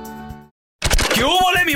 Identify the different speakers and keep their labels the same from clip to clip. Speaker 1: ¿Qué hubo, le, mi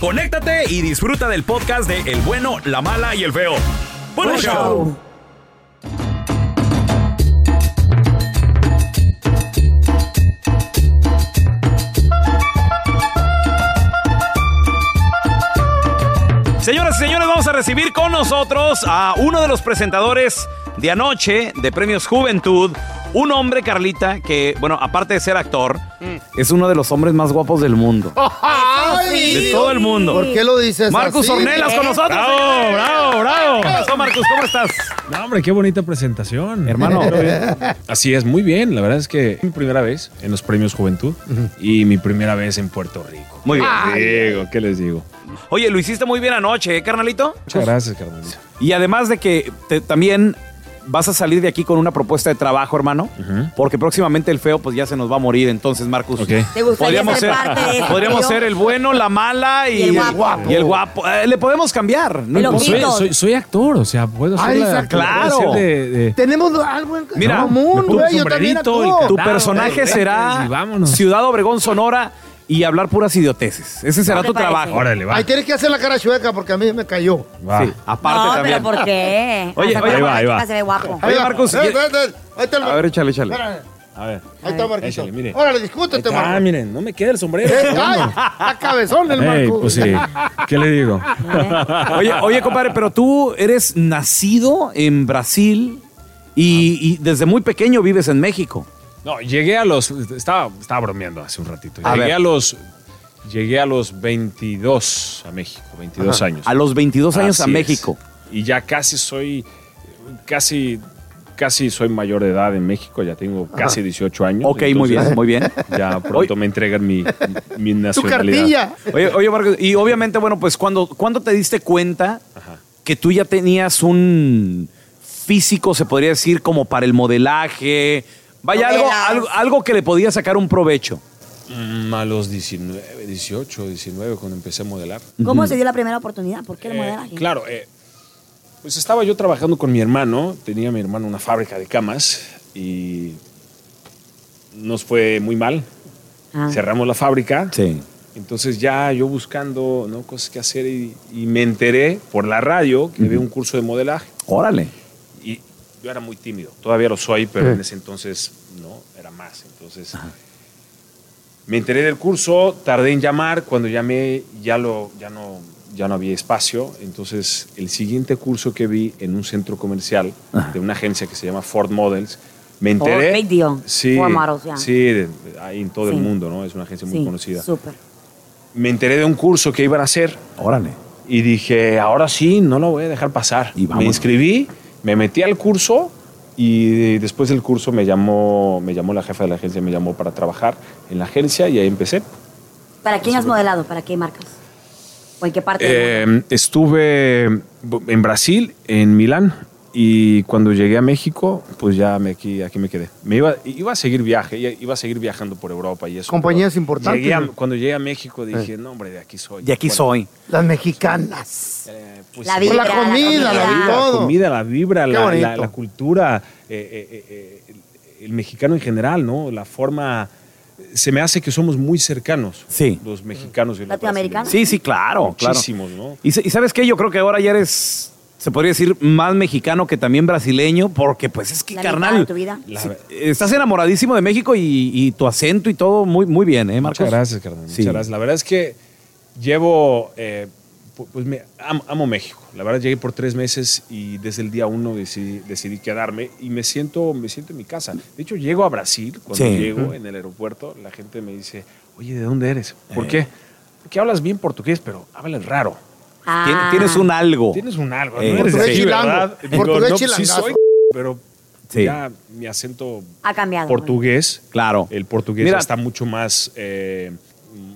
Speaker 1: conéctate y disfruta del podcast de El bueno, la mala y el feo. ¡Buen
Speaker 2: Buen
Speaker 1: show! Señoras y señores, vamos a recibir con nosotros a uno de los presentadores de anoche de Premios Juventud, un hombre, Carlita, que, bueno, aparte de ser actor, es uno de los hombres más guapos del mundo. De todo el mundo.
Speaker 2: ¿Por qué lo dices
Speaker 1: Marcus
Speaker 2: así? Eh,
Speaker 1: Ornelas con nosotros. Bravo, bravo, bravo. ¿Qué pasó, Marcus? ¿Cómo estás?
Speaker 3: No, hombre, qué bonita presentación.
Speaker 1: Hermano.
Speaker 3: Todo bien. Así es, muy bien. La verdad es que es mi primera vez en los premios Juventud y mi primera vez en Puerto Rico.
Speaker 1: Muy bien.
Speaker 3: Diego, ¿qué les digo?
Speaker 1: Oye, lo hiciste muy bien anoche, ¿eh, carnalito?
Speaker 3: Muchas gracias, carnalito.
Speaker 1: Y además de que te- también vas a salir de aquí con una propuesta de trabajo, hermano,
Speaker 3: Ujú.
Speaker 1: porque próximamente el feo pues ya se nos va a morir, entonces, Marcus.
Speaker 3: Ok.
Speaker 4: ¿Te gustaría
Speaker 1: Podríamos
Speaker 4: ser
Speaker 1: ser,
Speaker 4: parte de este
Speaker 1: podríamos
Speaker 4: trío?
Speaker 1: ser el bueno, la mala y,
Speaker 4: Y el guapo.
Speaker 1: y el guapo. Eh, le podemos cambiar. No
Speaker 4: El
Speaker 1: importa.
Speaker 3: Pues soy,
Speaker 4: Ojitos.
Speaker 3: soy- soy actor, o sea, puedo
Speaker 1: Ah,
Speaker 3: ser
Speaker 2: Ay,
Speaker 3: la-
Speaker 2: Isaac,
Speaker 3: puedo
Speaker 1: claro.
Speaker 3: ser de- de-
Speaker 2: Tenemos algo en
Speaker 1: Mira,
Speaker 2: común,
Speaker 3: me pongo
Speaker 2: güey.
Speaker 3: un
Speaker 2: Yo también
Speaker 3: sombrerito,
Speaker 2: actúo.
Speaker 3: el
Speaker 1: Tu
Speaker 3: Claro,
Speaker 1: personaje
Speaker 3: perfecto,
Speaker 1: será
Speaker 3: y vámonos.
Speaker 1: Ciudad Obregón, Sonora y hablar puras idioteces. Ese será
Speaker 4: ¿Qué
Speaker 1: tu
Speaker 4: te parece?
Speaker 1: trabajo.
Speaker 3: Órale, va.
Speaker 2: Ahí tienes que hacer la cara chueca porque a mí me cayó.
Speaker 3: va.
Speaker 1: Sí, aparte
Speaker 4: no,
Speaker 1: también.
Speaker 4: pero ¿por qué?
Speaker 1: Oye,
Speaker 4: Hasta
Speaker 1: oye,
Speaker 4: con
Speaker 3: ahí va,
Speaker 4: la
Speaker 3: ahí
Speaker 4: chica
Speaker 3: va.
Speaker 4: Se ve guapo.
Speaker 1: Oye, Marcus,
Speaker 2: Ahí
Speaker 1: ¿qué-
Speaker 2: está, ahí está el-
Speaker 1: A ver, échale, échale.
Speaker 2: Espérale.
Speaker 3: A ver.
Speaker 2: Ahí está, Marquito.
Speaker 3: Échale, mire.
Speaker 2: Órale,
Speaker 1: este
Speaker 2: discútete,
Speaker 3: Ah,
Speaker 2: Marco.
Speaker 3: miren, no me queda el sombrero.
Speaker 2: Eh, ¡Ay! Está cabezón el
Speaker 3: Ey,
Speaker 2: Marco.
Speaker 3: pues sí. ¿Qué le digo?
Speaker 1: Oye, oye, compadre, pero tú eres nacido en Brasil y, y desde muy pequeño vives en México.
Speaker 3: No, llegué a los. Estaba, estaba bromeando hace un ratito.
Speaker 1: A
Speaker 3: llegué
Speaker 1: ver.
Speaker 3: a los. Llegué a los 22 a México, 22
Speaker 1: Ajá.
Speaker 3: años.
Speaker 1: A los 22 años a
Speaker 3: Así es.
Speaker 1: México.
Speaker 3: Y ya casi soy. Casi. Casi soy mayor de edad en México, ya tengo casi 18 años.
Speaker 1: Ok, muy bien,
Speaker 3: entonces
Speaker 1: muy bien.
Speaker 3: Ya pronto me entregan mi, mi
Speaker 2: Tu
Speaker 3: nacionalidad.
Speaker 2: cartilla.
Speaker 1: Oye, oye, Marcos, y obviamente, bueno, pues, ¿cuándo, cuándo te diste cuenta que tú ya tenías un físico, se podría decir, como para el modelaje? Vaya, algo,
Speaker 4: Novelas.
Speaker 1: algo, algo que le podía sacar un provecho.
Speaker 3: Mm, A los 19, 18, 19, cuando empecé a modelar.
Speaker 4: ¿Cómo se dio la primera oportunidad? ¿Por qué el
Speaker 3: Eh,
Speaker 4: modelaje?
Speaker 3: Claro, eh, pues estaba yo trabajando con mi hermano, tenía mi hermano una fábrica de camas y nos fue muy mal.
Speaker 4: Ah.
Speaker 3: Cerramos la fábrica.
Speaker 1: Sí.
Speaker 3: Entonces ya yo buscando ¿no? cosas que hacer y, y me enteré por la radio que había un curso de modelaje
Speaker 1: Órale.
Speaker 3: y yo era muy tímido, todavía lo soy, pero en ese entonces no, era más. Entonces me enteré del curso, tardé en llamar, cuando llamé ya, lo, ya, no, ya no había espacio, entonces el siguiente curso que vi en un centro comercial de una agencia que se llama Ford Models, me enteré...
Speaker 4: Oh, big deal.
Speaker 3: Sí,
Speaker 4: Ford Models, ya.
Speaker 3: sí, de- ahí en todo
Speaker 4: Sí.
Speaker 3: el mundo, ¿no? Es una agencia muy
Speaker 4: Sí,
Speaker 3: conocida.
Speaker 4: Súper.
Speaker 3: me enteré de un curso que iban a hacer
Speaker 5: Órale.
Speaker 3: y dije, ahora sí, no lo voy a dejar pasar.
Speaker 5: Y vamos.
Speaker 3: me inscribí, me metí al curso y después del curso me llamó, me llamó la jefa de la agencia, me llamó para trabajar en la agencia y ahí empecé.
Speaker 4: ¿Para quién has modelado? ¿Para qué marcas? ¿O en qué parte? del mundo?
Speaker 3: Eh, estuve en Brasil, en Milán, y cuando llegué a México, pues ya me, aquí, aquí me quedé. Me iba, iba a seguir viaje, iba- iba a seguir viajando por Europa y eso.
Speaker 2: Compañías
Speaker 3: pero
Speaker 2: importantes,
Speaker 3: llegué a-
Speaker 2: ¿no?
Speaker 3: cuando llegué a México dije, no, hombre, de aquí soy.
Speaker 1: De aquí
Speaker 3: Bueno,
Speaker 1: soy.
Speaker 2: Las mexicanas.
Speaker 3: eh, pues,
Speaker 4: La
Speaker 3: sí.
Speaker 4: vibra,
Speaker 2: la comida,
Speaker 3: la
Speaker 2: la
Speaker 3: vida,
Speaker 2: todo.
Speaker 3: la comida, la vibra,
Speaker 2: Qué
Speaker 3: la, la-
Speaker 2: bonito.
Speaker 3: la cultura, eh, eh, eh, eh, el, el mexicano en general, ¿no? La forma... Se me hace que somos muy cercanos.
Speaker 1: Sí.
Speaker 3: Los mexicanos y los
Speaker 4: Latinoamericanos.
Speaker 3: brasileños.
Speaker 1: Sí, sí, claro, claro.
Speaker 3: Muchísimos, ¿no?
Speaker 1: Y, sa- y sabes qué, yo creo que ahora ya eres, se podría decir, más mexicano que también brasileño, porque pues es que,
Speaker 4: La mitad
Speaker 1: carnal,
Speaker 4: de tu vida.
Speaker 3: La-
Speaker 1: sí, estás enamoradísimo de México y, y tu acento y todo muy, muy bien, ¿eh, Marcos?
Speaker 3: Muchas gracias, carnal.
Speaker 1: Sí.
Speaker 3: Muchas gracias. La verdad es que llevo. eh, pu- pues me, am- amo, México. La verdad, llegué por tres meses y desde el día uno decidí, decidí quedarme y me siento, me siento en mi casa. De hecho, llego a Brasil. Cuando
Speaker 1: Sí.
Speaker 3: llego en el aeropuerto, la gente me dice: Oye, ¿de dónde eres? ¿Por
Speaker 1: Eh.
Speaker 3: qué? Porque hablas bien portugués, pero hablas raro.
Speaker 1: Tien-
Speaker 4: Ah.
Speaker 1: Tienes un algo.
Speaker 3: Tienes un algo.
Speaker 1: Eh,
Speaker 3: no eres de
Speaker 2: portugués
Speaker 3: aquí,
Speaker 2: chilango.
Speaker 3: ¿verdad? Digo,
Speaker 2: Portugués
Speaker 3: "No, pues sí
Speaker 2: chilangazo".
Speaker 3: soy, pero
Speaker 1: Sí.
Speaker 3: ya mi acento
Speaker 4: Ha cambiado.
Speaker 3: portugués.
Speaker 1: Claro.
Speaker 3: El portugués
Speaker 1: Mira.
Speaker 3: está mucho más, eh,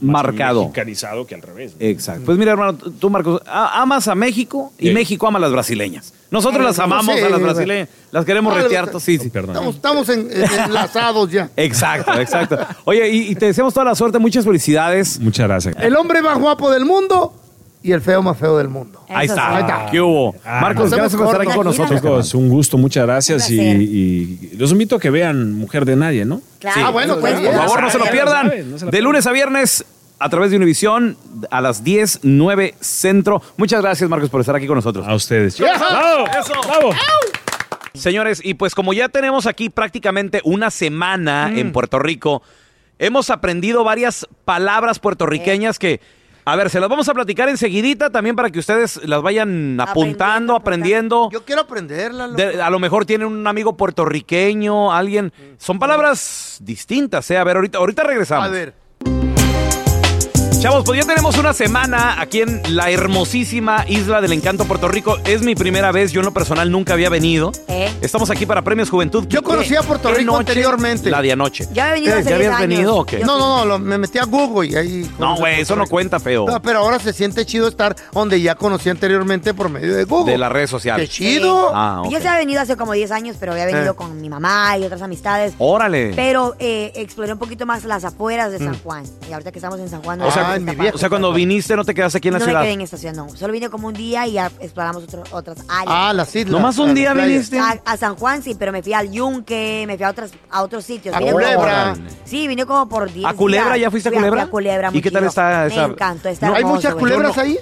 Speaker 3: más
Speaker 1: Marcado.
Speaker 3: mexicanizado que al revés. ¿no?
Speaker 1: Exacto. Pues mira, hermano, tú, Marcos, a- amas a México y
Speaker 3: Sí.
Speaker 1: México ama a las brasileñas. Nosotros
Speaker 2: Ah,
Speaker 1: las
Speaker 3: pues
Speaker 2: no,
Speaker 1: amamos
Speaker 2: sí,
Speaker 1: a las
Speaker 2: güey.
Speaker 1: brasileñas. Las queremos
Speaker 2: Ah,
Speaker 1: retear.
Speaker 2: lo-
Speaker 1: Sí, sí.
Speaker 3: Oh, Perdón.
Speaker 2: Estamos, estamos en- en- enlazados ya.
Speaker 1: Exacto, exacto. Oye, y, y te deseamos toda la suerte, muchas felicidades.
Speaker 3: Muchas gracias.
Speaker 2: El hombre más guapo del mundo y el feo más feo del mundo.
Speaker 4: Eso
Speaker 1: Ahí está.
Speaker 4: sí.
Speaker 2: Ahí está.
Speaker 1: ¿Qué hubo?
Speaker 3: Ah,
Speaker 1: Marcos,
Speaker 2: nos
Speaker 1: gracias por estar aquí
Speaker 2: vemos
Speaker 1: con
Speaker 4: corto.
Speaker 1: nosotros.
Speaker 4: Mira.
Speaker 3: Chicos, un gusto, muchas gracias
Speaker 4: Un
Speaker 3: y,
Speaker 4: placer.
Speaker 3: y los invito a que vean Mujer de Nadie, ¿no?
Speaker 4: Claro,
Speaker 2: Ah, bueno,
Speaker 4: por supuesto.
Speaker 2: también.
Speaker 1: Por favor, no se lo
Speaker 3: pues, Ya lo
Speaker 1: pierdan.
Speaker 3: saben, no se lo
Speaker 1: De
Speaker 3: pierdan.
Speaker 1: lunes a viernes a través de Univisión a las 10, 9 centro. Muchas gracias, Marcos, por estar aquí con nosotros.
Speaker 3: A ustedes. chicos.
Speaker 2: ¡Vieja!
Speaker 3: ¡Bravo! ¡Bravo!
Speaker 1: Señores, y pues como ya tenemos aquí prácticamente una semana
Speaker 2: Mm.
Speaker 1: en Puerto Rico, hemos aprendido varias palabras
Speaker 2: Eh.
Speaker 1: puertorriqueñas que, a ver, se las vamos a platicar enseguidita también para que ustedes las vayan apuntando,
Speaker 4: Aprendiendo,
Speaker 1: aprendiendo.
Speaker 2: Yo quiero aprenderla. loco.
Speaker 1: De- a lo mejor tienen un amigo puertorriqueño, alguien. Son palabras distintas, ¿eh? A ver, ahorita, ahorita regresamos.
Speaker 2: Mm. A ver.
Speaker 1: Chavos, pues ya tenemos una semana aquí en la hermosísima isla del encanto Puerto Rico. Es mi primera vez, yo en lo personal nunca había venido.
Speaker 4: ¿Eh?
Speaker 1: Estamos aquí para Premios Juventud.
Speaker 2: Yo conocí a Puerto
Speaker 1: ¿Qué
Speaker 2: Rico anteriormente.
Speaker 1: La de anoche.
Speaker 4: Yo he venido
Speaker 1: Eh,
Speaker 4: hace
Speaker 1: ¿Ya
Speaker 4: 10
Speaker 1: habías
Speaker 4: años.
Speaker 1: venido o qué?
Speaker 4: Yo-
Speaker 2: No, no, no, lo- me metí a Google y ahí.
Speaker 1: No, güey, eso no cuenta, feo.
Speaker 2: No, pero ahora se siente chido estar donde ya conocí anteriormente por medio de Google.
Speaker 1: De las redes
Speaker 2: ¡Qué
Speaker 1: sociales.
Speaker 2: chido!
Speaker 1: Ah, ok.
Speaker 4: Yo se había venido hace como 10 años, pero había venido
Speaker 2: Eh.
Speaker 4: con mi mamá y otras amistades.
Speaker 1: Órale.
Speaker 4: Pero eh, exploré un poquito más las afueras de San Juan. Y ahorita que estamos en San Juan, no
Speaker 2: O
Speaker 4: nos
Speaker 2: sea,
Speaker 4: vamos a
Speaker 2: en mi
Speaker 4: escapar.
Speaker 2: viejo.
Speaker 1: O sea, cuando viniste no te quedaste aquí en la
Speaker 4: no
Speaker 1: ciudad.
Speaker 4: me quedé en esta ciudad, no. Solo vine como un día y ya exploramos otro- otras áreas.
Speaker 2: Ah, las islas.
Speaker 1: Nomás un
Speaker 2: Ah,
Speaker 1: día
Speaker 2: la playa.
Speaker 1: viniste.
Speaker 4: A, a San Juan sí, pero me fui al Yunque, me fui a otras a otros sitios.
Speaker 2: A
Speaker 4: Vine como-
Speaker 2: Culebra.
Speaker 4: sí, vine como por 10
Speaker 1: ¿A Culebra?
Speaker 4: días.
Speaker 1: ¿Ya fuiste a
Speaker 4: Fui
Speaker 1: Culebra?
Speaker 4: fui a Culebra,
Speaker 1: ¿Y
Speaker 4: muy
Speaker 1: qué tal
Speaker 4: chido.
Speaker 1: está esa-
Speaker 4: Me encantó, está
Speaker 2: ¿No hay
Speaker 4: hermoso,
Speaker 2: muchas
Speaker 4: güey.
Speaker 2: culebras
Speaker 4: Yo no-
Speaker 2: ahí?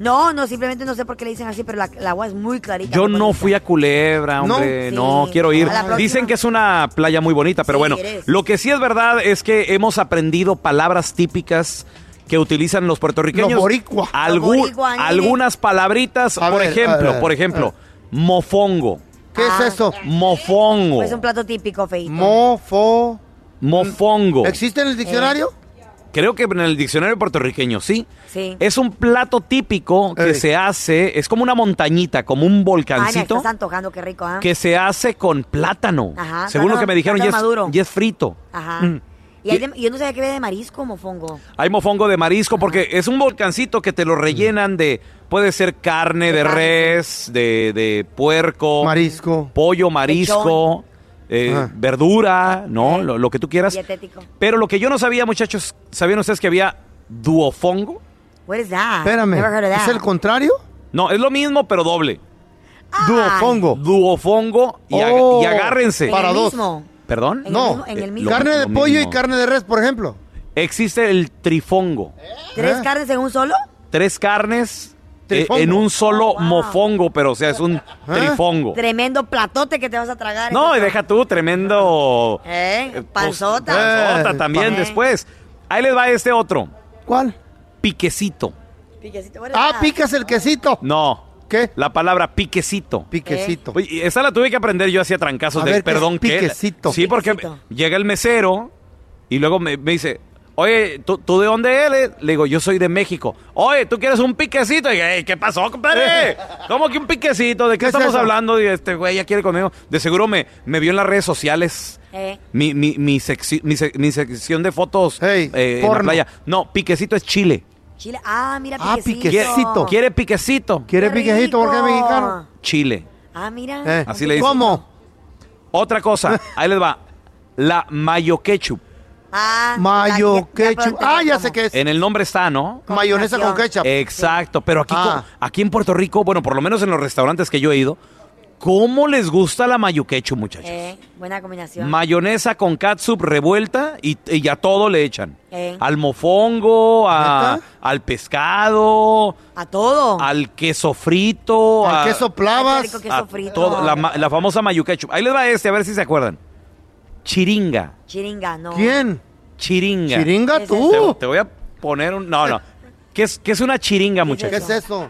Speaker 4: No, no, simplemente no sé por qué le dicen así, pero la, la agua es muy clarita.
Speaker 1: Yo
Speaker 4: muy
Speaker 1: no
Speaker 4: bonita.
Speaker 1: fui a Culebra, hombre.
Speaker 4: No.
Speaker 1: No,
Speaker 4: Sí.
Speaker 1: quiero ir.
Speaker 4: A la próxima.
Speaker 1: Dicen que es una playa muy bonita, pero
Speaker 4: Sí,
Speaker 1: bueno,
Speaker 4: eres.
Speaker 1: lo que sí es verdad es que hemos aprendido palabras típicas que utilizan los puertorriqueños.
Speaker 2: Los boricua.
Speaker 1: Algu-
Speaker 4: Los boricua, ándale.
Speaker 1: algunas palabritas,
Speaker 2: A
Speaker 1: por
Speaker 2: ver,
Speaker 1: ejemplo,
Speaker 2: a ver,
Speaker 1: por
Speaker 2: a
Speaker 1: ejemplo, mofongo,
Speaker 2: ¿Qué
Speaker 4: Ah.
Speaker 2: es eso?
Speaker 1: mofongo,
Speaker 4: Pues es un plato típico, feito.
Speaker 2: Mofo.
Speaker 1: mofongo. Eh,
Speaker 2: ¿Existe en el diccionario?
Speaker 1: Creo que en el diccionario puertorriqueño, sí.
Speaker 4: Sí.
Speaker 1: Es un plato típico que
Speaker 2: Ey.
Speaker 1: se hace, es como una montañita, como un
Speaker 4: Ay, me
Speaker 1: volcancito.
Speaker 4: Ah, estás antojando, qué rico, ¿ah?
Speaker 1: que se hace con plátano.
Speaker 4: Ajá,
Speaker 1: Según lo
Speaker 4: plátano-
Speaker 1: que me dijeron, ya
Speaker 4: plátano maduro. Ah.
Speaker 1: es, ya es frito. Mm.
Speaker 4: Ajá. Y hay de- yo no sabía que había de marisco, mofongo.
Speaker 1: Hay mofongo de marisco porque es un volcancito que te lo rellenan de, puede ser carne
Speaker 4: De
Speaker 1: de
Speaker 4: carne.
Speaker 1: res, de, de puerco,
Speaker 2: Marisco.
Speaker 1: pollo, marisco, eh,
Speaker 2: Ajá.
Speaker 1: verdura, ¿no? Lo, lo que tú quieras.
Speaker 4: Dietético.
Speaker 1: Pero lo que yo no sabía, muchachos, ¿sabían ustedes que había duofongo?
Speaker 4: What is that?
Speaker 2: Ah, Espérame.
Speaker 4: Never heard of
Speaker 2: ¿Es
Speaker 4: that.
Speaker 2: el contrario?
Speaker 1: No, es lo mismo, pero doble.
Speaker 4: Ay,
Speaker 2: Duofongo.
Speaker 1: Duofongo y, aga-
Speaker 2: Oh.
Speaker 1: y agárrense.
Speaker 4: en
Speaker 2: Para
Speaker 4: el
Speaker 2: dos.
Speaker 4: mismo.
Speaker 1: ¿Perdón?
Speaker 4: En el
Speaker 2: No.
Speaker 4: mismo- en el
Speaker 2: Eh,
Speaker 4: mismo.
Speaker 2: Carne de
Speaker 1: Lo
Speaker 2: pollo y
Speaker 1: mismo.
Speaker 2: carne de res, por ejemplo.
Speaker 1: Existe el trifongo.
Speaker 4: ¿Tres
Speaker 2: Ah.
Speaker 4: carnes en un solo?
Speaker 1: tres carnes eh,
Speaker 2: Trifongo. ¿Eh?
Speaker 1: en un solo
Speaker 4: Oh, wow.
Speaker 1: mofongo, pero o sea, es un trifongo.
Speaker 4: Tremendo platote que te vas a tragar.
Speaker 1: No, y
Speaker 4: entonces.
Speaker 1: deja tú, tremendo...
Speaker 4: ¿Eh?
Speaker 1: pues,
Speaker 4: Panzota.
Speaker 1: panzota
Speaker 2: Eh,
Speaker 1: también
Speaker 4: pa-
Speaker 1: después. Ahí les va este otro,
Speaker 2: ¿Cuál?
Speaker 1: piquecito.
Speaker 4: Piquecito, what is
Speaker 2: Ah,
Speaker 4: that?
Speaker 2: picas el quesito.
Speaker 1: No,
Speaker 2: ¿Qué?
Speaker 1: la palabra piquecito.
Speaker 2: Piquecito.
Speaker 1: Oye, y esa la tuve que aprender yo hacía trancazos
Speaker 2: A
Speaker 1: de
Speaker 2: ver, ¿qué es
Speaker 1: perdón que
Speaker 2: piquecito?
Speaker 1: Sí, porque
Speaker 4: Piquecito.
Speaker 1: llega el mesero y luego me, me dice, Oye, ¿tú, tú de dónde eres? Le digo, yo soy de México. Oye, ¿tú quieres un piquecito? Y, "Ey, ¿qué pasó, compadre? ¿Cómo que un piquecito? ¿De qué,
Speaker 2: ¿Qué es
Speaker 1: estamos
Speaker 2: eso?
Speaker 1: hablando? Y este güey ya quiere conmigo. De seguro me, me vio en las redes sociales.
Speaker 4: Eh.
Speaker 1: Mi, mi, mi, secci- mi, sec- mi sección de fotos
Speaker 2: Hey,
Speaker 1: eh, en la
Speaker 2: porno.
Speaker 1: playa. No, piquecito es Chile.
Speaker 4: Chile. Ah, mira,
Speaker 2: Ah,
Speaker 4: piquecito.
Speaker 2: piquecito.
Speaker 1: ¿Quiere piquecito?
Speaker 2: ¿Quieres
Speaker 4: Qué
Speaker 2: piquecito porque es
Speaker 4: rico.
Speaker 2: mexicano?
Speaker 1: Chile.
Speaker 4: Ah, mira.
Speaker 2: Eh,
Speaker 1: Así le dicen.
Speaker 2: ¿Cómo?
Speaker 1: Otra cosa, ahí les va. La mayo ketchup.
Speaker 4: Ah, la-
Speaker 2: Mayo,
Speaker 4: ya- ya puedo
Speaker 2: ketchup. Ah,
Speaker 4: entender
Speaker 2: ya
Speaker 4: cómo.
Speaker 2: sé qué es.
Speaker 1: En el nombre está, ¿no?
Speaker 2: Mayonesa con ketchup.
Speaker 1: Exacto, pero aquí,
Speaker 2: Ah.
Speaker 1: co- aquí en Puerto Rico, bueno, por lo menos en los restaurantes que yo he ido, ¿cómo les gusta la mayo ketchup, muchachos?
Speaker 4: Eh, buena combinación.
Speaker 1: Mayonesa con catsup revuelta y, y a todo le echan.
Speaker 4: Eh.
Speaker 1: Al mofongo, a-
Speaker 2: ¿Neta?
Speaker 1: al pescado,
Speaker 4: a todo.
Speaker 1: al queso frito,
Speaker 2: Al
Speaker 1: a-
Speaker 2: queso
Speaker 4: Ay, qué
Speaker 2: plavas.
Speaker 4: rico queso frito.
Speaker 1: todo, la, ma- la famosa mayo ketchup. Ahí les va este, a ver si se acuerdan. Chiringa,
Speaker 4: Chiringa, no.
Speaker 2: ¿Quién?
Speaker 1: chiringa.
Speaker 2: ¿Chiringa
Speaker 4: ¿Qué es
Speaker 1: Te,
Speaker 2: tú?
Speaker 1: te voy a poner un... No, no. ¿Qué es, qué es una chiringa,
Speaker 4: ¿Qué es
Speaker 2: ¿Qué
Speaker 1: muchachos?
Speaker 2: es eso?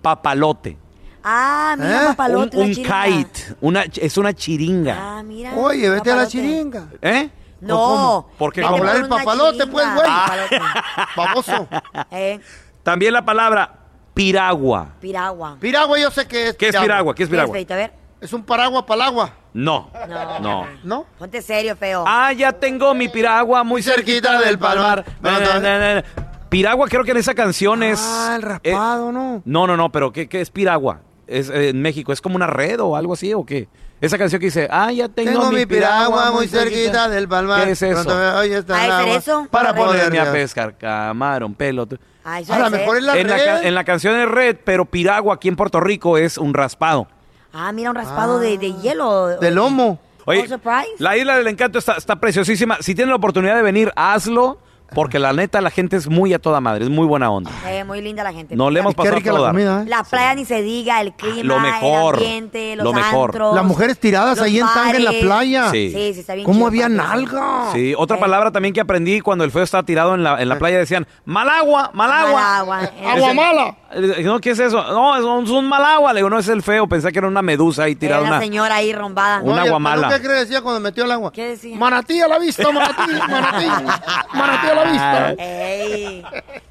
Speaker 1: Papalote.
Speaker 4: Ah, mira,
Speaker 2: ¿Eh?
Speaker 4: papalote,
Speaker 1: un
Speaker 4: una
Speaker 1: un
Speaker 4: chiringa.
Speaker 1: kite. Una, es una chiringa.
Speaker 4: Ah, mira.
Speaker 2: Oye, vete a la
Speaker 4: papalote.
Speaker 2: chiringa.
Speaker 1: ¿Eh?
Speaker 2: ¿O
Speaker 4: No.
Speaker 2: cómo?
Speaker 1: ¿Por qué?
Speaker 4: vete
Speaker 1: ¿Cómo?
Speaker 2: Hablar el
Speaker 4: una
Speaker 2: papalote,
Speaker 4: chiringa,
Speaker 2: pues, güey.
Speaker 4: papalote.
Speaker 2: Baboso.
Speaker 4: Eh,
Speaker 1: También la palabra piragua.
Speaker 4: piragua.
Speaker 2: Piragua, yo sé que es.
Speaker 1: ¿Qué es piragua? ¿Qué es piragua?
Speaker 4: Espérate, A ver,
Speaker 2: Es un paraguas para el agua,
Speaker 1: No.
Speaker 4: No.
Speaker 1: No.
Speaker 2: ¿no?
Speaker 4: ponte serio, feo.
Speaker 1: Ah, ya tengo mi piragua muy cerquita del palmar.
Speaker 2: No,
Speaker 1: Na,
Speaker 2: no,
Speaker 1: na, na, na. Piragua creo que en esa canción es...
Speaker 2: Ah, el
Speaker 1: eh,
Speaker 2: raspado, ¿no?
Speaker 1: no, no, no, pero ¿qué, qué es piragua? Es, eh, en México, ¿es como una red o algo así o qué? Esa canción que dice, ah, ya tengo,
Speaker 2: Tengo mi piragua muy cerquita del palmar.
Speaker 1: ¿Qué es
Speaker 2: Pronto
Speaker 1: eso?
Speaker 2: me- hoy está
Speaker 4: Ah,
Speaker 2: el
Speaker 4: ¿es
Speaker 2: agua
Speaker 4: eso?
Speaker 1: Para
Speaker 4: Para
Speaker 1: ponerme a
Speaker 2: río.
Speaker 1: pescar camarón, pelote.
Speaker 4: Ay, ah, eso
Speaker 2: A lo
Speaker 4: debe
Speaker 2: mejor es
Speaker 4: ser.
Speaker 2: la
Speaker 1: en, la,
Speaker 2: red.
Speaker 1: ca- en la canción es red, pero piragua aquí en Puerto Rico es un raspado.
Speaker 4: Ah, mira, un raspado de, de
Speaker 2: Ah.
Speaker 4: hielo.
Speaker 2: De lomo.
Speaker 1: Oye,
Speaker 4: Oh, surprise.
Speaker 1: la isla del encanto está, está preciosísima. Si tienen la oportunidad de venir, hazlo, porque la neta la gente es muy a toda madre, es muy buena onda.
Speaker 4: Eh, muy linda la gente.
Speaker 1: No le hemos
Speaker 2: Y Qué
Speaker 1: pasado a
Speaker 2: rica
Speaker 1: todo
Speaker 2: la
Speaker 1: dar.
Speaker 2: comida, ¿eh?
Speaker 4: La playa ni se diga, el clima,
Speaker 1: lo mejor,
Speaker 4: el ambiente, los
Speaker 1: lo mejor.
Speaker 4: antros,
Speaker 2: Las mujeres tiradas
Speaker 4: los
Speaker 2: ahí en tanga en la
Speaker 4: bares.
Speaker 2: playa.
Speaker 1: Sí.
Speaker 4: Sí, sí, está bien.
Speaker 2: ¿Cómo
Speaker 4: chido,
Speaker 2: había
Speaker 4: padre.
Speaker 2: nalga? Eh.
Speaker 1: Sí, otra
Speaker 4: Eh.
Speaker 1: palabra también que aprendí cuando el feo estaba tirado en la, en la playa decían, mal agua, mal agua.
Speaker 4: Mal agua.
Speaker 2: Agua
Speaker 4: Eh,
Speaker 2: mala.
Speaker 1: Eh, No, ¿qué es eso? No, es un, es un mal agua. Le digo, no, es el feo. Pensé que era una medusa ahí tirada.
Speaker 4: Era una
Speaker 1: una-
Speaker 4: señora ahí rombada.
Speaker 1: Un
Speaker 2: Oye,
Speaker 1: agua
Speaker 2: ¿pero
Speaker 1: mala.
Speaker 2: ¿Qué crees decía cuando metió el agua?
Speaker 4: ¿Qué decía?
Speaker 2: Manatí a la vista, manatí, manatí, manatí a la vista.
Speaker 4: Ey.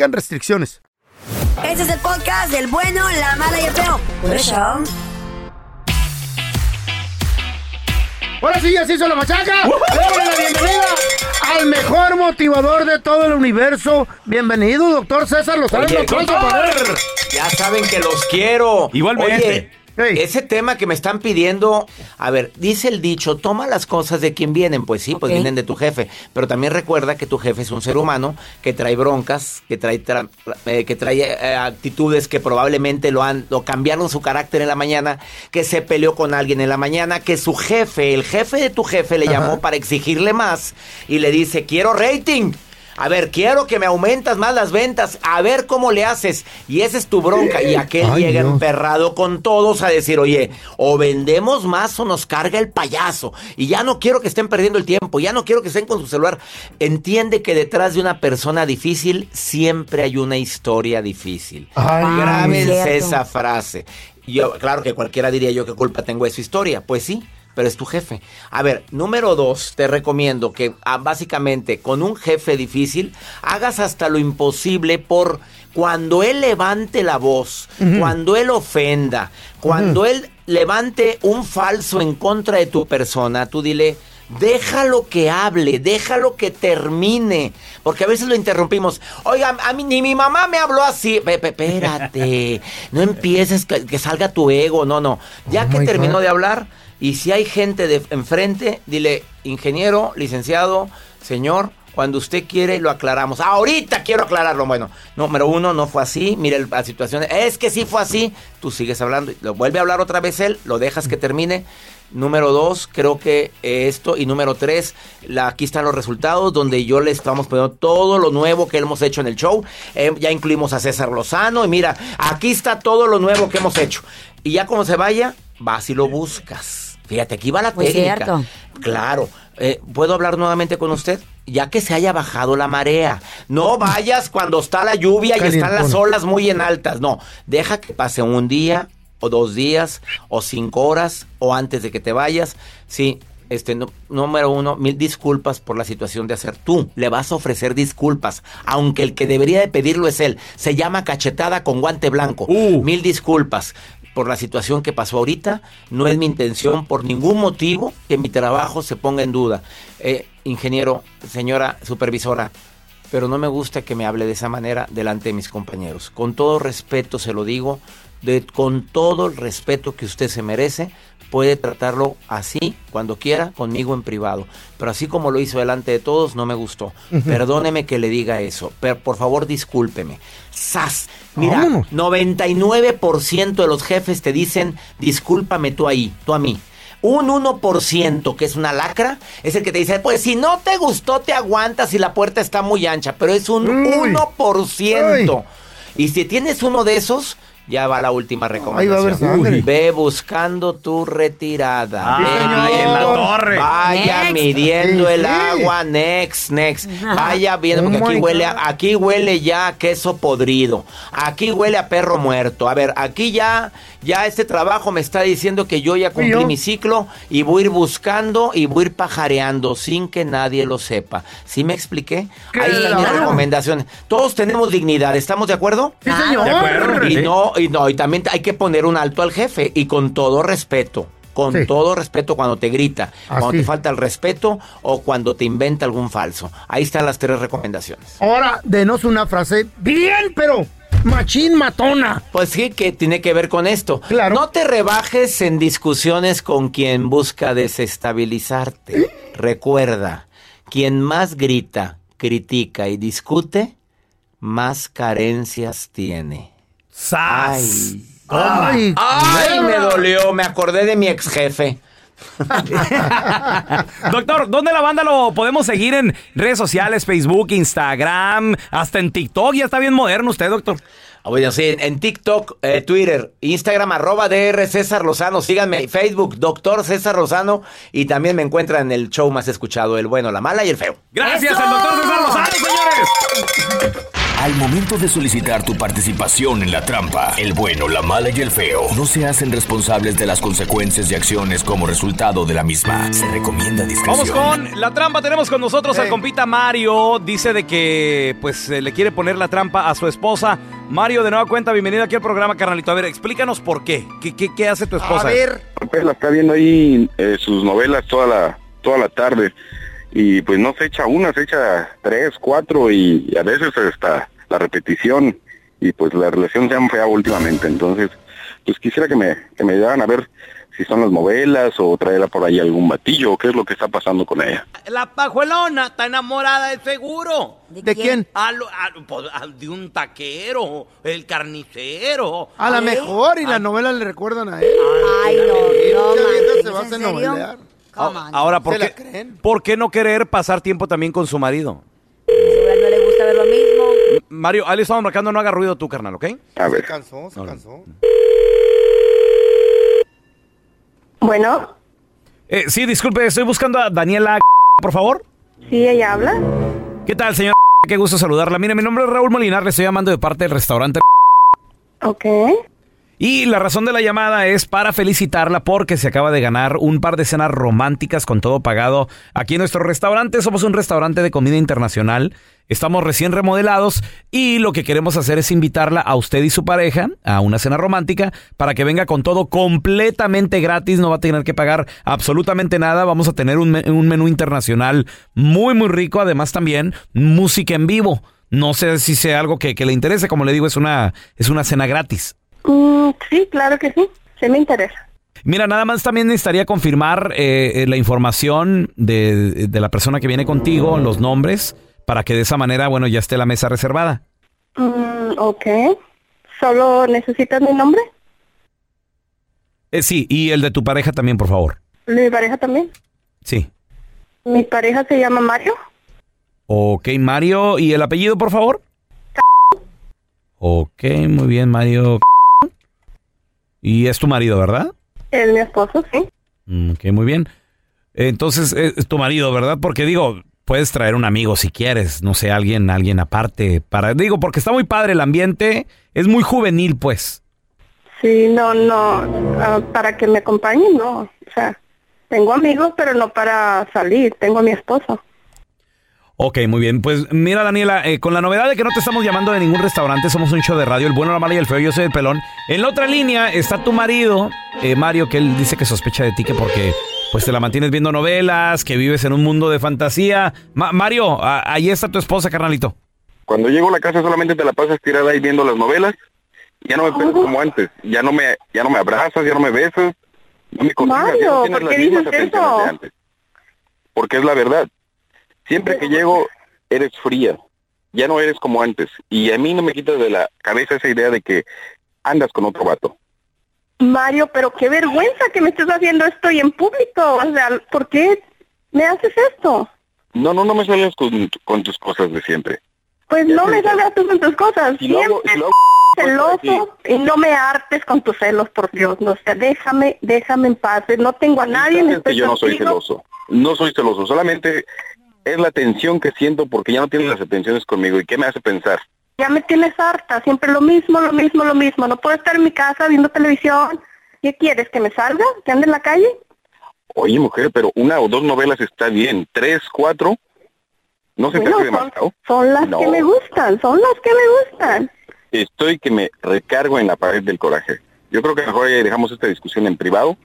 Speaker 2: restricciones.
Speaker 4: Este es el podcast del bueno, la mala y el feo. Por eso.
Speaker 2: Ahora sí, ya se hizo la machaca. Démosle la bienvenida al mejor motivador de todo el universo. Bienvenido, doctor César Lozano.
Speaker 6: Oye,
Speaker 2: Aplauso
Speaker 6: doctor.
Speaker 2: para él.
Speaker 6: Ya saben que los quiero.
Speaker 1: Igualmente.
Speaker 6: Oye,
Speaker 2: Hey.
Speaker 6: Ese tema que me están pidiendo, a ver, dice el dicho, toma las cosas de quien vienen, pues sí, pues
Speaker 4: Ok.
Speaker 6: vienen de tu jefe, pero también recuerda que tu jefe es un ser humano que trae broncas, que trae tra- eh, que trae eh, actitudes que probablemente lo han lo cambiaron su carácter en la mañana, que se peleó con alguien en la mañana, que su jefe, el jefe de tu jefe le llamó para exigirle más y le dice, "Quiero rating." A ver, quiero que me aumentas más las ventas. A ver cómo le haces. Y esa es tu bronca. Y aquel
Speaker 2: Ay,
Speaker 6: llega
Speaker 2: Dios.
Speaker 6: emperrado con todos a decir, oye, o vendemos más o nos carga el payaso. Y ya no quiero que estén perdiendo el tiempo. Ya no quiero que estén con su celular. Entiende que detrás de una persona difícil siempre hay una historia difícil.
Speaker 2: Ay,
Speaker 4: Ah,
Speaker 6: Grábense
Speaker 4: cierto.
Speaker 6: esa frase. Yo, claro que cualquiera diría yo qué culpa tengo de su historia. Pues sí, pero es tu jefe. A ver, número dos, te recomiendo que ah, básicamente con un jefe difícil hagas hasta lo imposible por cuando él levante la voz, cuando él ofenda, cuando él levante un falso en contra de tu persona, tú dile. Déjalo que hable, déjalo que termine. Porque a veces lo interrumpimos. Oiga, a mí, ni mi mamá me habló así. Pe- pe- Espérate, no empieces que, que salga tu ego. No, no. Ya
Speaker 2: Oh
Speaker 6: que
Speaker 2: my
Speaker 6: terminó
Speaker 2: God.
Speaker 6: de hablar y si hay gente de enfrente, dile, ingeniero, licenciado, señor. Cuando usted quiere, lo aclaramos. Ahorita quiero aclararlo. Bueno, número uno, no fue así. Mire el- la situación. Es que sí fue así. Tú sigues hablando. Lo vuelve a hablar otra vez él. Lo dejas que termine. Número dos, creo que eh, esto. Y número tres, la- aquí están los resultados donde yo le estamos poniendo todo lo nuevo que hemos hecho en el show. Eh, ya incluimos a César Lozano y mira, aquí está todo lo nuevo que hemos hecho. Y ya como se vaya, vas y lo buscas. Fíjate, aquí va la
Speaker 4: Muy
Speaker 6: técnica.
Speaker 4: cierto.
Speaker 6: Claro. Eh, ¿Puedo hablar nuevamente con usted? Ya que se haya bajado la marea. No vayas cuando está la lluvia y están las
Speaker 2: Calientón.
Speaker 6: olas muy en altas. No, deja que pase un día o dos días o cinco horas o antes de que te vayas. Sí, este, no- número uno, mil disculpas por la situación de hacer. Tú le vas a ofrecer disculpas, aunque el que debería de pedirlo es él. Se llama cachetada con guante blanco.
Speaker 1: Uh.
Speaker 6: Mil disculpas por la situación que pasó ahorita. No es mi intención por ningún motivo que mi trabajo se ponga en duda. Eh, ingeniero, señora supervisora, pero no me gusta que me hable de esa manera delante de mis compañeros. Con todo respeto se lo digo, de- con todo el respeto que usted se merece, puede tratarlo así, cuando quiera, conmigo en privado. Pero así como lo hizo delante de todos, no me gustó. Perdóneme que le diga eso, pero por favor discúlpeme. ¡Sas! Mira,
Speaker 2: Vámonos.
Speaker 6: 99% de los jefes te dicen, discúlpame tú ahí, tú a mí. Un 1%, que es una lacra, es el que te dice, pues si no te gustó, te aguantas y la puerta está muy ancha, pero es un
Speaker 2: Uy.
Speaker 6: 1%. Y si tienes uno de esos, ya va la última
Speaker 2: Ahí va a
Speaker 6: recomendación.
Speaker 2: haber sangre.
Speaker 6: Ve buscando tu retirada.
Speaker 1: Ah,
Speaker 6: Ve
Speaker 2: en la
Speaker 1: torre.
Speaker 6: Vaya
Speaker 4: Next.
Speaker 6: midiendo
Speaker 2: Sí,
Speaker 6: el
Speaker 2: sí.
Speaker 6: agua. Next, next. Vaya viendo,
Speaker 2: Oh
Speaker 6: porque aquí
Speaker 2: my
Speaker 6: huele,
Speaker 2: God.
Speaker 6: a, aquí huele ya a queso podrido. Aquí huele a perro muerto. A ver, aquí ya, ya este trabajo me está diciendo que yo ya cumplí
Speaker 2: yo.
Speaker 6: mi ciclo y voy a ir buscando y voy a ir pajareando sin que nadie lo sepa. ¿Sí me expliqué? Ahí están las
Speaker 2: Claro.
Speaker 6: recomendaciones. Todos tenemos dignidad, ¿estamos de acuerdo?
Speaker 2: Sí, señor.
Speaker 1: De acuerdo.
Speaker 6: Y
Speaker 1: Sí.
Speaker 6: no, y no, y también hay que poner un alto al jefe y con todo respeto. Con
Speaker 2: Sí.
Speaker 6: todo respeto cuando te grita, cuando
Speaker 2: Así.
Speaker 6: te falta el respeto o cuando te inventa algún falso. Ahí están las tres recomendaciones.
Speaker 2: Ahora, denos una frase bien, pero machín matona.
Speaker 6: Pues sí, que tiene que ver con esto.
Speaker 2: Claro.
Speaker 6: No te rebajes en discusiones con quien busca desestabilizarte. Recuerda, quien más grita, critica y discute, más carencias tiene.
Speaker 1: ¡Sas!
Speaker 6: Ay.
Speaker 1: Ah.
Speaker 2: Ay,
Speaker 6: Ay, me dolió, me acordé de mi ex jefe.
Speaker 1: Doctor, ¿dónde la banda lo podemos seguir en redes sociales, Facebook, Instagram, hasta en TikTok? Ya está bien moderno usted, doctor.
Speaker 6: Ah, Bueno, sí, en TikTok, eh, Twitter, Instagram, arroba DR César Lozano. Síganme en Facebook, Doctor César Lozano. Y también me encuentran en el show más escuchado, El Bueno, La Mala y El Feo.
Speaker 1: Gracias,
Speaker 4: ¡Eso!
Speaker 1: al doctor César Lozano, señores.
Speaker 7: Al momento de solicitar tu participación en la trampa, el bueno, la mala y el feo no se hacen responsables de las consecuencias y acciones como resultado de la misma. Se recomienda
Speaker 1: Vamos
Speaker 7: discreción.
Speaker 1: con la trampa. Tenemos con nosotros al compita Mario. Dice de que pues eh, le quiere poner la trampa a su esposa. Mario, de nueva cuenta, bienvenido aquí al programa, carnalito. A ver, explícanos por qué. ¿Qué, qué, qué hace tu esposa?
Speaker 8: Pues la está viendo ahí eh, sus novelas toda la toda la tarde y pues no se echa una, se echa tres, cuatro y, y a veces hasta la repetición y pues la relación se ha enfriado últimamente. Entonces, pues quisiera que me, que me ayudaran a ver si son las novelas o traerla por ahí algún batillo o qué es lo que está pasando con ella.
Speaker 1: La pajuelona está enamorada de seguro.
Speaker 2: ¿De quién?
Speaker 1: A lo- a- pues, a- de un taquero, el carnicero.
Speaker 2: A lo mejor y la novela le recuerdan a él.
Speaker 4: Ay, no, no,
Speaker 2: Mucha vieja
Speaker 4: man,
Speaker 2: se va a hacer
Speaker 4: ¿es en serio?
Speaker 2: novelear.
Speaker 4: Come on.
Speaker 1: Ahora, ¿por
Speaker 2: ¿Se la
Speaker 1: qué,
Speaker 2: creen?
Speaker 1: ¿por qué no querer pasar tiempo también con su marido?
Speaker 4: Seguro a él no le gusta ver lo mismo.
Speaker 1: Mario, ahí le estamos marcando, no haga ruido tú, carnal, ¿ok?
Speaker 8: A ver.
Speaker 2: Se cansó, se cansó.
Speaker 9: Bueno,
Speaker 1: Eh, sí, disculpe, estoy buscando a Daniela, por favor.
Speaker 9: sí, ella habla.
Speaker 1: ¿Qué tal, señor? Qué gusto saludarla. Mire, mi nombre es Raúl Molinar, le estoy llamando de parte del restaurante.
Speaker 9: Ok.
Speaker 1: Y la razón de la llamada es para felicitarla porque se acaba de ganar un par de cenas románticas con todo pagado aquí en nuestro restaurante. Somos un restaurante de comida internacional. Estamos recién remodelados y lo que queremos hacer es invitarla a usted y su pareja a una cena romántica para que venga con todo completamente gratis. No va a tener que pagar absolutamente nada. Vamos a tener un, me- un menú internacional muy, muy rico. Además también música en vivo. No sé si sea algo que, que le interese. Como le digo, es una, es una cena gratis.
Speaker 9: Mm, sí, claro que sí. Se me interesa.
Speaker 1: Mira, nada más también necesitaría confirmar eh, eh, la información de, de la persona que viene contigo, los nombres, para que de esa manera, bueno, ya esté la mesa reservada.
Speaker 9: Mm, ok. ¿Solo necesitas mi nombre?
Speaker 1: Eh, sí, y el de tu pareja también, por favor.
Speaker 9: ¿Mi pareja también?
Speaker 1: Sí.
Speaker 9: Mi pareja se llama Mario.
Speaker 1: Ok, Mario. ¿Y el apellido, por favor? Ok, muy bien, Mario. Y es tu marido, ¿verdad?
Speaker 9: Es mi esposo, sí.
Speaker 1: Mm, Ok, muy bien. Entonces, eh, es es tu marido, ¿verdad? Porque digo, puedes traer un amigo si quieres, no sé, alguien, alguien aparte. Para, digo, porque está muy padre el ambiente, es muy juvenil, pues.
Speaker 9: Sí, no, no. ah, para que me acompañe, no. O sea, tengo amigos, pero no para salir. Tengo a mi esposo.
Speaker 1: Ok, muy bien. Pues mira, Daniela, eh, con la novedad de que no te estamos llamando de ningún restaurante, somos un show de radio, el bueno, la mala y el feo, yo soy el pelón. En la otra línea está tu marido, eh, Mario, que él dice que sospecha de ti que porque pues te la mantienes viendo novelas, que vives en un mundo de fantasía. Ma- Mario, a- ahí está tu esposa, carnalito.
Speaker 8: Cuando llego a la casa solamente te la pasas tirada ahí viendo las novelas. Ya no me pelas como antes. Ya no me, ya no me abrazas, ya no me besas. No me cotijas, ya no
Speaker 9: Mario,
Speaker 8: tienes
Speaker 9: ¿por
Speaker 8: las
Speaker 9: qué
Speaker 8: mismas
Speaker 9: dices
Speaker 8: atenciones
Speaker 9: eso?
Speaker 8: de antes. Porque es la verdad. Siempre que llego eres fría. Ya no eres como antes. Y a mí no me quitas de la cabeza esa idea de que andas con otro vato.
Speaker 9: Mario, pero qué vergüenza que me estés haciendo esto y en público. O sea, ¿por qué me haces esto?
Speaker 8: No, no, no me salgas con, con tus cosas de siempre.
Speaker 9: Pues no me salgas tú con tus cosas.
Speaker 8: Si lo hago-
Speaker 9: Siempre
Speaker 8: si lo
Speaker 9: celoso y no me hartes con tus celos, por Dios. No, o sea, déjame, déjame en paz. No tengo a nadie. este-
Speaker 8: Es que
Speaker 9: estoy
Speaker 8: yo no soy
Speaker 9: contigo.
Speaker 8: celoso. No soy celoso. Solamente es la tensión que siento porque ya no tienes las atenciones conmigo. ¿Y qué me hace pensar?
Speaker 9: Ya me tienes harta, siempre lo mismo, lo mismo, lo mismo. No puedo estar en mi casa viendo televisión. ¿Qué quieres? ¿Que me salga? ¿Que ande en la calle?
Speaker 8: Oye, mujer, pero una o dos novelas está bien. Tres, cuatro. No se te
Speaker 9: Bueno,
Speaker 8: hace demasiado.
Speaker 9: Son las
Speaker 8: No.
Speaker 9: que me gustan, son las que me gustan.
Speaker 8: Estoy que me recargo en la pared del coraje. Yo creo que mejor ya dejamos esta discusión en privado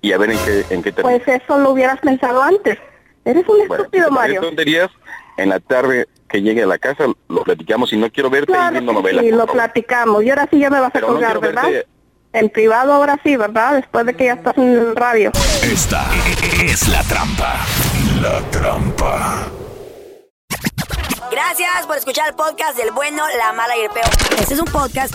Speaker 8: y a ver en qué, en qué termina.
Speaker 9: Pues eso lo hubieras pensado antes. Eres un Pues, estúpido,
Speaker 8: Varias
Speaker 9: Mario.
Speaker 8: tonterías. En la tarde que llegue a la casa lo platicamos y no quiero verte
Speaker 9: Claro
Speaker 8: viendo
Speaker 9: que
Speaker 8: novelas.
Speaker 9: sí,
Speaker 8: por
Speaker 9: lo
Speaker 8: favor.
Speaker 9: platicamos. Y ahora sí ya me vas a
Speaker 8: Pero no
Speaker 9: colgar,
Speaker 8: quiero
Speaker 9: ¿verdad?
Speaker 8: verte-
Speaker 9: En privado ahora sí, ¿verdad? Después de que ya estás en el radio.
Speaker 7: Esta es la trampa. La trampa.
Speaker 4: Gracias por escuchar el podcast del bueno, la mala y el peor. Este es un podcast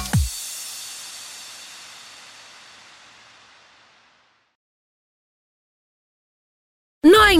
Speaker 10: No hay